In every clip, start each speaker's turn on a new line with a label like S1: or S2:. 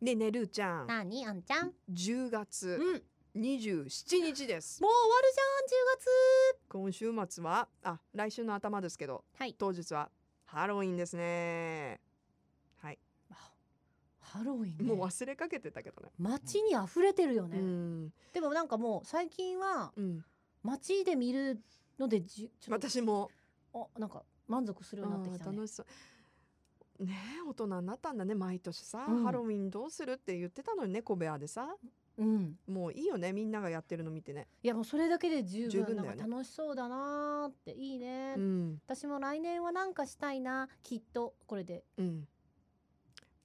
S1: ねえねるちゃん、
S2: なあにあんちゃん。も
S1: 10
S2: う
S1: 月
S2: 終わる
S1: 27日です
S2: じ。ゃん、10
S1: 今週末は、あ、来週の頭ですけど、
S2: 月。はい。
S1: 当日はハロウィンですね。はい、
S2: ハロウィン、
S1: も
S2: ね。
S1: う忘れかけてたけどね。
S2: 街に溢れてるよね、
S1: うん、
S2: でもなんかもう最近は
S1: うん、
S2: 街で見るのでじちょっと
S1: 私も、
S2: あなんか満足するようになってきた
S1: うん
S2: ね
S1: 楽しそう。ねえ、大人になったんだね、毎年さ、
S2: うん
S1: ハロウィンどうするって言ってたのにね、小部屋でさ。
S2: うん
S1: もういいよね、みんながやってるの見てね。
S2: いやもうそれだけで十分
S1: 十分だよ
S2: な
S1: ね
S2: んか楽しそうだなーっていいね、
S1: うん、
S2: 私も来年はなんかしたいなきっとこれで
S1: うん、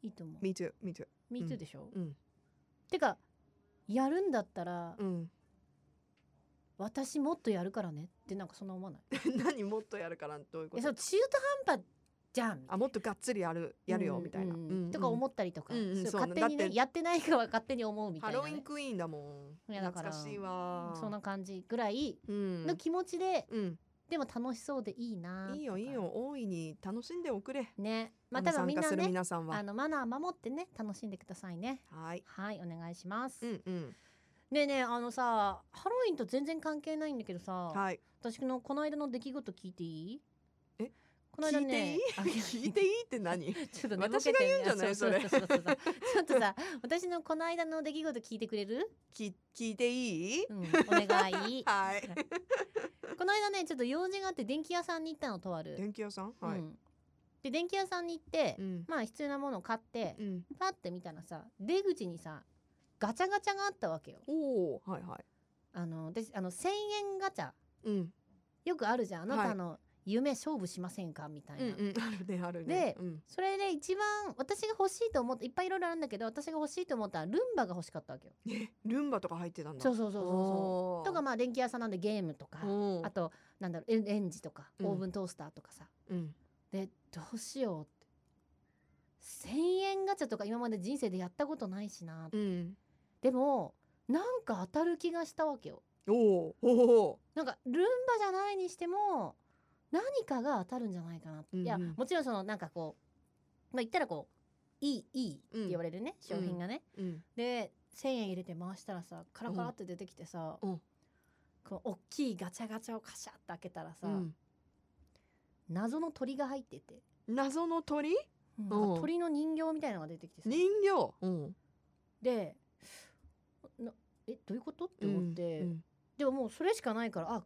S2: いいと思う
S1: me too, me too。
S2: Me
S1: う
S2: too
S1: ん
S2: でしょ、
S1: うん、
S2: てかやるんだったら、
S1: うん、
S2: 私もっとやるからねってなんかそんな思わないい
S1: 何もっとやるから、どういうこ
S2: や
S1: と
S2: そう。中途半端じゃん
S1: あもっとがっつりやるやるよみたいな。うんうん
S2: とか思ったりとか、
S1: うんうん
S2: そう
S1: そう
S2: 勝手に
S1: だっ
S2: ね
S1: て
S2: やってないから勝手に思うみた
S1: ハ
S2: いな
S1: ロウ
S2: ね、
S1: ィンクイーンだもん。
S2: いやだか
S1: 懐
S2: ら
S1: かしいわ。
S2: そんな感じぐらい
S1: うん
S2: の気持ちで、
S1: うん、
S2: でも楽しそうでいいなとか
S1: いいよいいよ大いに楽しんでおくれ。
S2: ねま
S1: あ
S2: あ
S1: の
S2: 多分み
S1: 参
S2: ん
S1: 加
S2: な
S1: する
S2: ね
S1: 皆さん
S2: あ
S1: は。
S2: のマナー守ってね楽しんでくださいね
S1: はい。
S2: はいお願いします、
S1: うんうん。
S2: ねえねえあのさハロウィンと全然関係ないんだけどさ、
S1: はい。
S2: 私のこの間の出来事聞いていい
S1: え
S2: この間
S1: 聞いてい
S2: ね
S1: い 聞いていいって 何？
S2: あちょっとね
S1: 私が言うんじゃない
S2: ボケてんそうそうそうそうちょっとさ私のこの間の出来事聞いてくれる
S1: き聞いていい？
S2: うん、お願 い
S1: はい。
S2: この間ねちょっと用事があって電気屋さんに行ったのとある、
S1: 電気屋さん？は
S2: う
S1: い。
S2: んで電気屋さんに行って、
S1: うん。
S2: まあ必要なものを買って、
S1: うん。
S2: パッて見たらさ出口にさガチャガチャがあったわけよ
S1: おおはいはい。
S2: あの私あの1000円ガチャ
S1: うん
S2: よくあるじゃんあな
S1: は
S2: た
S1: い
S2: の、夢勝負しませんかみたい
S1: うんう
S2: な、
S1: んあるねあるね。
S2: で
S1: うん
S2: それで一番私が欲しいと思っていっぱいいろいろあるんだけど私が欲しいと思ったらルンバが欲しかったわけよ
S1: ルンバとか入ってたんだ。
S2: そう
S1: う
S2: そうそうそうそうとかまあ電気屋さんなんでゲームとか
S1: うん
S2: あとなんだろうエンレンジとか
S1: うん
S2: オーブントースターとかさ、
S1: うん
S2: でどうしようって1,000円ガチャとか今まで人生でやったことないしな、
S1: うん
S2: でもなんか当たる気がしたわけよ
S1: おおおお
S2: なんかルンバじゃないにしても何かが当たるんじゃないかなって、
S1: うんうん
S2: いやもちろんそのなんかこう、まあ、言ったらこういいいいって言われるね、商品がね、
S1: うん
S2: で1,000円入れて回したらさカラカラって出てきてさ、
S1: うん
S2: こう大きいガチャガチャをカシャって開けたらさ、
S1: うん
S2: 謎の鳥が入ってて、
S1: 謎の鳥？
S2: なんか鳥の人形みたいなのが出てきてさ、
S1: 人形。うん。
S2: でなえどういうことって思って、
S1: うん
S2: でももうそれしかないからあ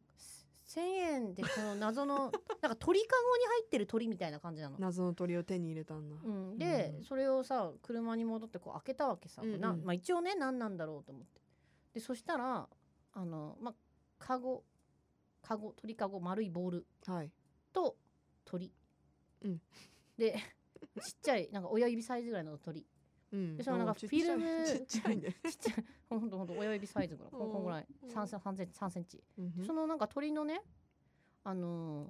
S2: 1,000円でこの謎 のなんか鳥かごに入ってる鳥みたいな感じなの。
S1: 謎の鳥を手に入れたんだ。
S2: うん、で、
S1: うん
S2: それをさ車に戻ってこう開けたわけさ、
S1: うんうん
S2: なまあ、一応ね何なんだろうと思ってでそしたらあのまあかごかご鳥かご丸いボール
S1: はい。
S2: と鳥、
S1: うん
S2: でちっちゃいなんか親指サイズぐらいの鳥
S1: うん
S2: でそのなんか
S1: あちっちゃい
S2: フィルム
S1: ちっちゃい ね。
S2: ちっちゃいほんとほんと親指サイズぐらいこんこんぐらい
S1: うん
S2: 3セン3センチ3センチ
S1: うん
S2: そのなんか鳥のねあの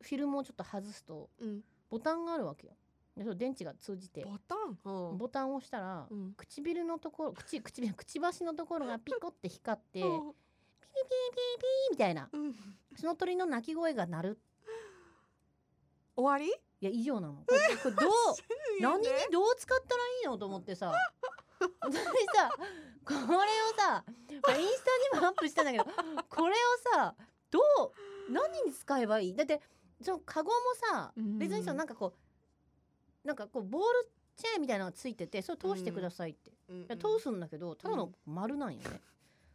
S2: ーフィルムをちょっと外すと
S1: うん。
S2: ボタンがあるわけよでその電池が通じて
S1: ボタン。うん
S2: ボタンを押したら
S1: うん。
S2: 唇のところ口唇くちばしのところがピコって光ってピリピリピリピリみたいな
S1: うん
S2: その鳥の鳴き声が鳴る
S1: 終わり？
S2: いや以上なのこ れこれどう何に
S1: いいね
S2: どう使ったらいいのと思 ってさ私さこれをさ、まあインスタにもアップしたんだけどこれをさどう何に使えばいいだってそのカゴもさ
S1: うん
S2: 別にそのなんかこうなんかこうボールチェーンみたいなのがついててそれ通してくださいって、
S1: うんうん
S2: いや通すんだけどただの丸なんよね。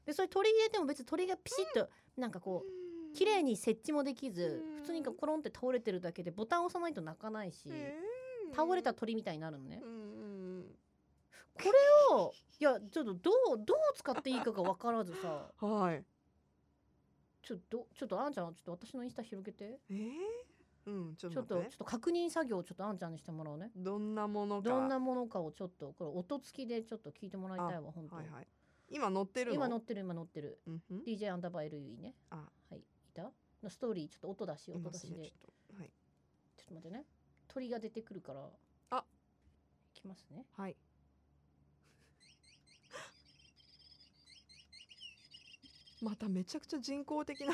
S2: でそれ取り入れても別に鳥がピシッとなんかこう綺麗に設置もできず
S1: うん
S2: 普通にコロンって倒れてるだけでボタン押さないと鳴かないし。
S1: えー
S2: 倒れた。鳥みたいになるのね
S1: うん。うん
S2: そういやちょっとどうどう使っていいかが分からずさ
S1: うん。はい。
S2: ちょっとどちょっとあんちゃんちょっと私のインスタ広げて
S1: えーうん。ちょっ
S2: ちょっ
S1: と
S2: と
S1: 待っ。
S2: ちょってと確認作業をちょっとあんちゃんにしてもらおうね
S1: どんなものか。
S2: どんなものかをちょっとこれ音付きでちょっと聞いてもらいたい
S1: あ
S2: わ本当、
S1: はいはい。今乗ってるの。
S2: 今乗ってる今乗ってる
S1: うんうん。
S2: DJ アンダーバー LUE ね
S1: あ
S2: はいいたのストーリーちょっと音出し
S1: い
S2: 音
S1: ま
S2: 出
S1: す
S2: し
S1: ね
S2: で
S1: ちょっと。はい。
S2: ちょっと待ってね鳥が出てくるから
S1: あ
S2: いきますね
S1: はい。 まためちゃくちゃ人工 的な。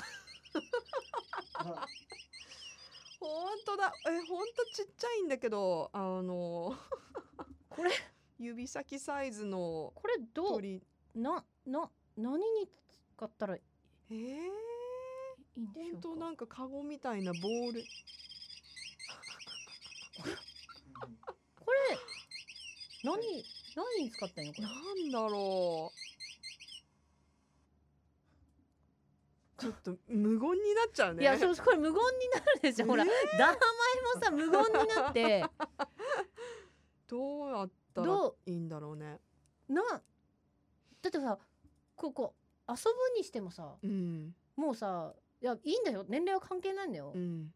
S1: 本当だ。え、本当ちっちゃいんだけど、あの。
S2: これ
S1: 指先サイズの
S2: これどう
S1: 鳥
S2: なな何に使ったらい
S1: えー、
S2: いんでし
S1: 本
S2: ょう
S1: 当
S2: か
S1: なんかカゴみたいなボール
S2: これ何何に使ったんよこれ
S1: なんだろうちょっと無言になっちゃうね
S2: いやそうこれ無言になるでしょほら、
S1: ね
S2: 名前もさ無言になって
S1: どうやったら
S2: ど
S1: いいんだろうね
S2: なだってさこうこう遊ぶにしてもさ
S1: うん
S2: もうさいやいいんだよ年齢は関係ないんだよ、
S1: うん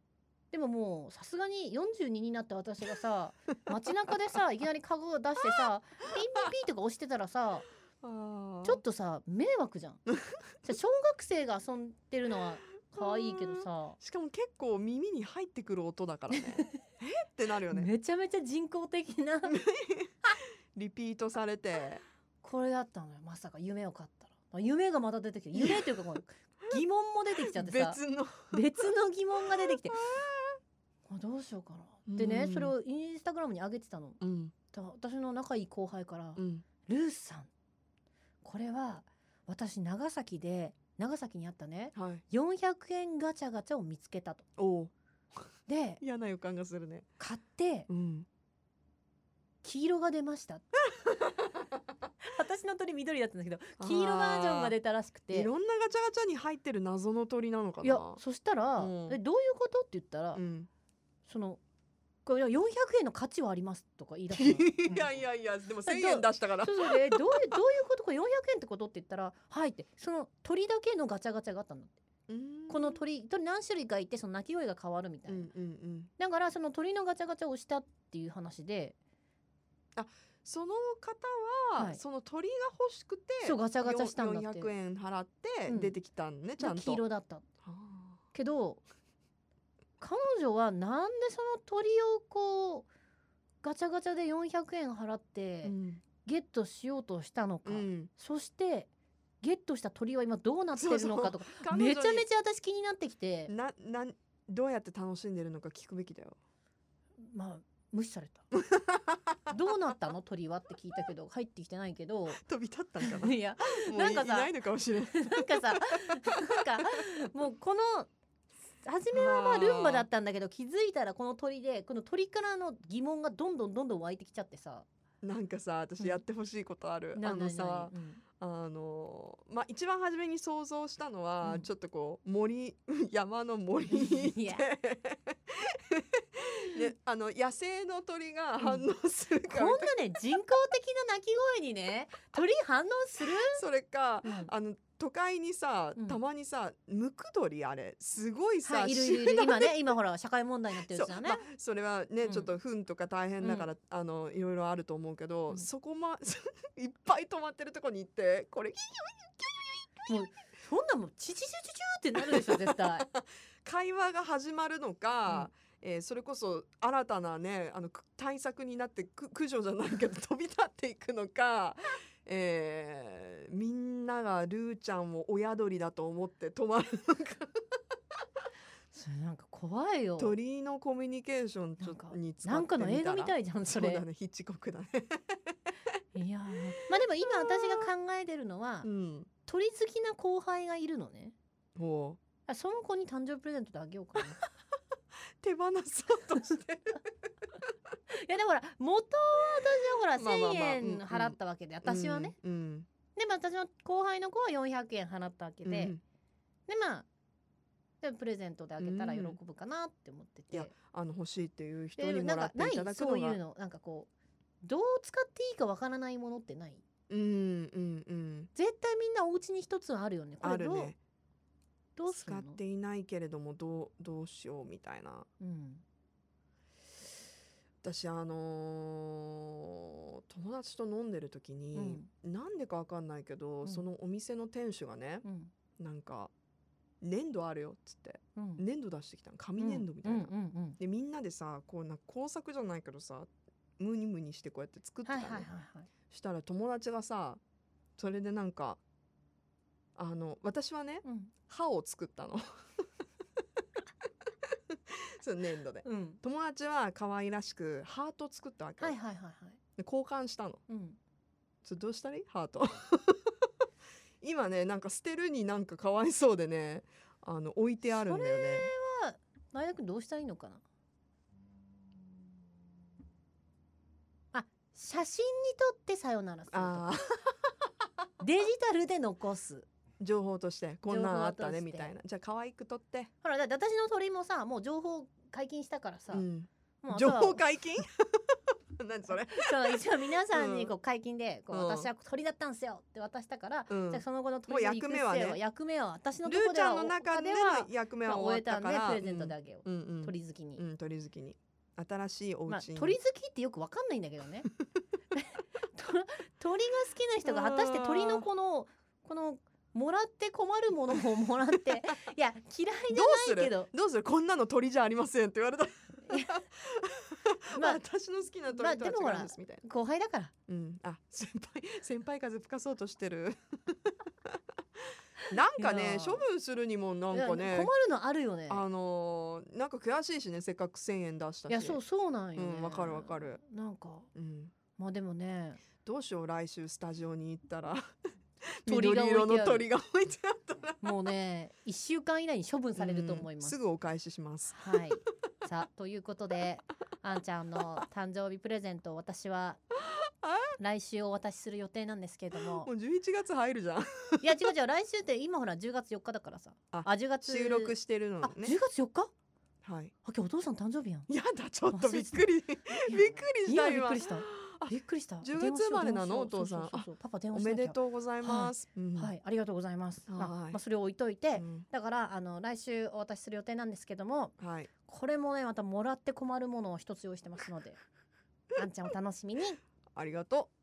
S2: でももうさすがに42になった私 がさ街中でさいきなりカゴを出してさピンピンピンとか押してたらさ
S1: あ
S2: ちょっとさ迷惑 じゃんじゃあ小学生が遊んでるのは可愛いけどさ、
S1: としかも結構耳に入ってくる音だから ねえってなるよね
S2: めちゃめちゃ人工的な
S1: リピートされて
S2: これだったのよまさか夢を買ったらあ夢がまた出てきて夢という かこう疑問も出てきちゃってさ
S1: 別の
S2: 別の疑問が出て きてあどうしようかなでね、
S1: うん
S2: それをインスタグラムに上げてたの
S1: うん
S2: た私の仲いい後輩から「
S1: うん
S2: ルースさんこれは私長崎で長崎にあったね
S1: はい
S2: 400円ガチャガチャを見つけたと
S1: おう
S2: で
S1: 嫌な予感がするね
S2: 買って
S1: うん
S2: 黄色が出ました 私の鳥緑だったんだけど黄色バージョンが出たらしくて
S1: いろんなガチャガチャに入ってる謎の鳥なのかない
S2: やそしたら、
S1: うん
S2: えどういうことって言ったら、
S1: うん、
S2: そのこれいや400円の価値はありますとか言い出す の
S1: いやいやいやでも1000円出したから
S2: そうそうでどういうどういうことこれ400円ってことって言ったら「はい」ってその鳥だけのガチャガチャがあったんだってこの鳥鳥何種類かいてその鳴き声が変わるみた
S1: う
S2: いな、
S1: んうんうん
S2: だからその鳥のガチャガチャをしたっていう話で
S1: その方は、
S2: はい
S1: その鳥が欲しくて
S2: そうガチャガチャしたんだって
S1: 400円払って
S2: うん
S1: 出てきたんね、ちゃんと
S2: 黄色だった
S1: あ
S2: けど彼女はなんでその鳥をこうガチャガチャで400円払
S1: ー
S2: って
S1: うん
S2: ゲットしようとしたのか、
S1: うん
S2: そしてゲットした鳥は今どうなってるのかとかめちゃめちゃ私気になってきて
S1: ゃななんどうやって楽しんでるのか聞くべきだよ
S2: まあ無視され たどうなったの鳥はって聞いたけど入ってきてないけど
S1: 飛び立ったんかなも
S2: いや
S1: うい
S2: なんかさ
S1: いないのかもしれない
S2: なんかさなんかもうこの初めはま
S1: あ
S2: あ
S1: ー
S2: ルンバだったんだけど気づいたらこの鳥でこの鳥からの疑問がどんどんどんどん湧いてきちゃってさ
S1: なんかさ私やってほしいことある、
S2: な
S1: あの
S2: んなんな
S1: さ
S2: んうん
S1: あのまあ一番初めに想像したのは、
S2: うん
S1: ちょっとこう森 山の森に行って
S2: いや
S1: であの野生の鳥が反応する
S2: こ
S1: か、
S2: んなね人工的な鳴き声にね鳥反応する、
S1: それか
S2: うん
S1: あの都会にさ、
S2: うん
S1: たまにさムクドリあれすごいさ、
S2: はいいるいるいる今ね今ほら社会問題になってる
S1: そう
S2: じゃんね
S1: まあ、それはね、
S2: うん
S1: ちょっと糞とか大変だから、あのいろいろあると思うけど、
S2: うん
S1: そこま いっぱい止まってるとこに行ってこれ
S2: もうそんなもんチチチチチチューってなるでしょ絶対
S1: 会話が始まるのか、えーそれこそ新たなねあのく対策になってく駆除じゃないけど 飛び立っていくのか、 えーみんながルーちゃんを親鳥だと思って止まるのか
S2: それなんか怖いよ
S1: 鳥のコミュニケーションちょっ
S2: なん
S1: と
S2: か
S1: に使
S2: な
S1: ってみ
S2: ん
S1: た
S2: からの映画みた
S1: い
S2: いじゃんそ
S1: そ
S2: れ
S1: うだねヒッチコックだね、
S2: いやーまあでも今私が考えてるのは
S1: うん、
S2: 鳥好きな後輩がいるのね
S1: もう
S2: あその子に誕生日プレゼントであげようかな い
S1: 手放そうとしてる
S2: やでもほら元は私は
S1: まあ
S2: ほ
S1: ま
S2: ら
S1: あまあ
S2: 1,000
S1: うん
S2: 円払ったわけで 私はね、
S1: うん、うん
S2: でも私の後輩の子は400円払ったわけで、
S1: うん
S2: でまあでプレゼントであげたら喜ぶかなって思って
S1: い
S2: て、
S1: やあの欲しいっていう人
S2: で
S1: に
S2: な
S1: もら
S2: んか
S1: って
S2: ない
S1: いただく
S2: そう
S1: の
S2: い
S1: が
S2: うのなんかこうどう使っていいかわからないものってない
S1: うんうんうん
S2: 絶対みんなお家に一つはあるよねこ
S1: あ
S2: れ
S1: る
S2: どう,、
S1: ね
S2: どうすん
S1: 使
S2: の
S1: っていないけれどもどうどうしようみたいな
S2: うん
S1: 私あのー友達と飲んでる時に、なんでかわかんないけど、
S2: うん
S1: そのお店の店主がね
S2: う、ん
S1: なんか粘土あるよっつって
S2: うん
S1: 粘土出してきたの紙粘土みたいな、
S2: うんうんうん
S1: でみんなでさこうなんか工作じゃないけどさムニムニしてこうやって作って
S2: は
S1: た
S2: い
S1: の、
S2: はいはいはい。
S1: したら友達がさそれでなんかあの私はね
S2: うん。
S1: 歯を作ったの そう粘土で
S2: うん。
S1: 友達は可愛らしくハート作ったわけ、
S2: はいはいはいはい。
S1: で交換したの
S2: うん
S1: ちょどうしたらいいハート 今ねなんか捨てるになんかかわいそうでねあの置いてあるんだよね
S2: 前田君どうしたらいいのかなあ写真に撮ってさよならするとか
S1: ああー
S2: デジタルで残す
S1: 情報としてこんなんあったね
S2: 情報
S1: み
S2: として
S1: たいなじゃあ可愛く撮って、
S2: ほらだって私の鳥もさもう情報解禁したからさ、
S1: うん、
S2: もうあと
S1: 情
S2: は
S1: 報解禁 何 それ、
S2: そう一応皆さんにこ
S1: う
S2: う解禁でこう、
S1: うん
S2: 私は鳥だったんすよって渡したから、
S1: うん
S2: じゃあその後の
S1: もう
S2: 鳥の
S1: 役
S2: 育
S1: 目はね
S2: 成は役目は私のと
S1: ル
S2: こ
S1: ー
S2: で
S1: ちゃ
S2: は
S1: んの中で
S2: お
S1: の
S2: 金は
S1: 役目
S2: ま
S1: は
S2: あ
S1: 終わ
S2: 終
S1: っ
S2: えた
S1: た
S2: ん
S1: か
S2: で
S1: ら、
S2: プレゼントであげよう、
S1: うんうん
S2: 鳥好きに、
S1: うん、鳥好きに新しいお
S2: まあ
S1: 家に、
S2: 鳥好きってよくわかんないんだけどねと鳥が好きな人が果たして鳥のこのこのもらって困るものをもらって いや嫌いじ
S1: どうす
S2: ゃないけ
S1: る
S2: ど
S1: どうするこんなの鳥じゃありませんって言われたら
S2: まあ
S1: 私の好きな
S2: まあ
S1: 鳥と
S2: でもほ
S1: は違う
S2: ら
S1: んですみたいな、
S2: 後輩だから
S1: うん、あ先輩 先輩風吹かそうとしてる なんか
S2: いや
S1: ね
S2: ー
S1: 処分するにもなんか
S2: いや
S1: ね
S2: 困るのあるよね
S1: あのーなんか悔しいしねせっかく1,000円出したし
S2: いやそうそうなんよね
S1: うんわかるわかる
S2: なんか
S1: うん、
S2: まあでもね
S1: どうしよう来週スタジオに行ったら
S2: 鳥が
S1: 緑
S2: 置いて
S1: 色
S2: ある
S1: の鳥が置いてあったら
S2: もうね 一週間以内に処分されると思い
S1: う
S2: ま
S1: ん
S2: す
S1: す。ぐお返しします
S2: はい。さあということで、あんちゃんの誕生日プレゼントを 私は来週お渡しする予定なんですけれども
S1: もう、11月入るじゃん
S2: いや違う違う来週って今ほら10月4日だからさ、
S1: あ
S2: 10月
S1: 収録してるの
S2: あ
S1: ね
S2: 10月4日？あ
S1: はい
S2: 今日お父さん誕生日やん。
S1: やだちょっと
S2: 忘
S1: び
S2: れ
S1: って
S2: た
S1: く りびっくりした
S2: 今びっ
S1: 今
S2: くりした。びっくりした。
S1: 10月生まれなのお父さん
S2: 電話しよう電話しようそうそうそうパパ電
S1: お
S2: 話しな
S1: め
S2: きゃ
S1: でとうございます、うん
S2: はいありがとうございます。まあ
S1: はい
S2: まあそれを置いといて。
S1: うん
S2: だからあの来週お渡しする予定なんですけども
S1: はい
S2: これもねまたもらって困るものを一つ用意してますのであんちゃんお楽しみに
S1: ありがとう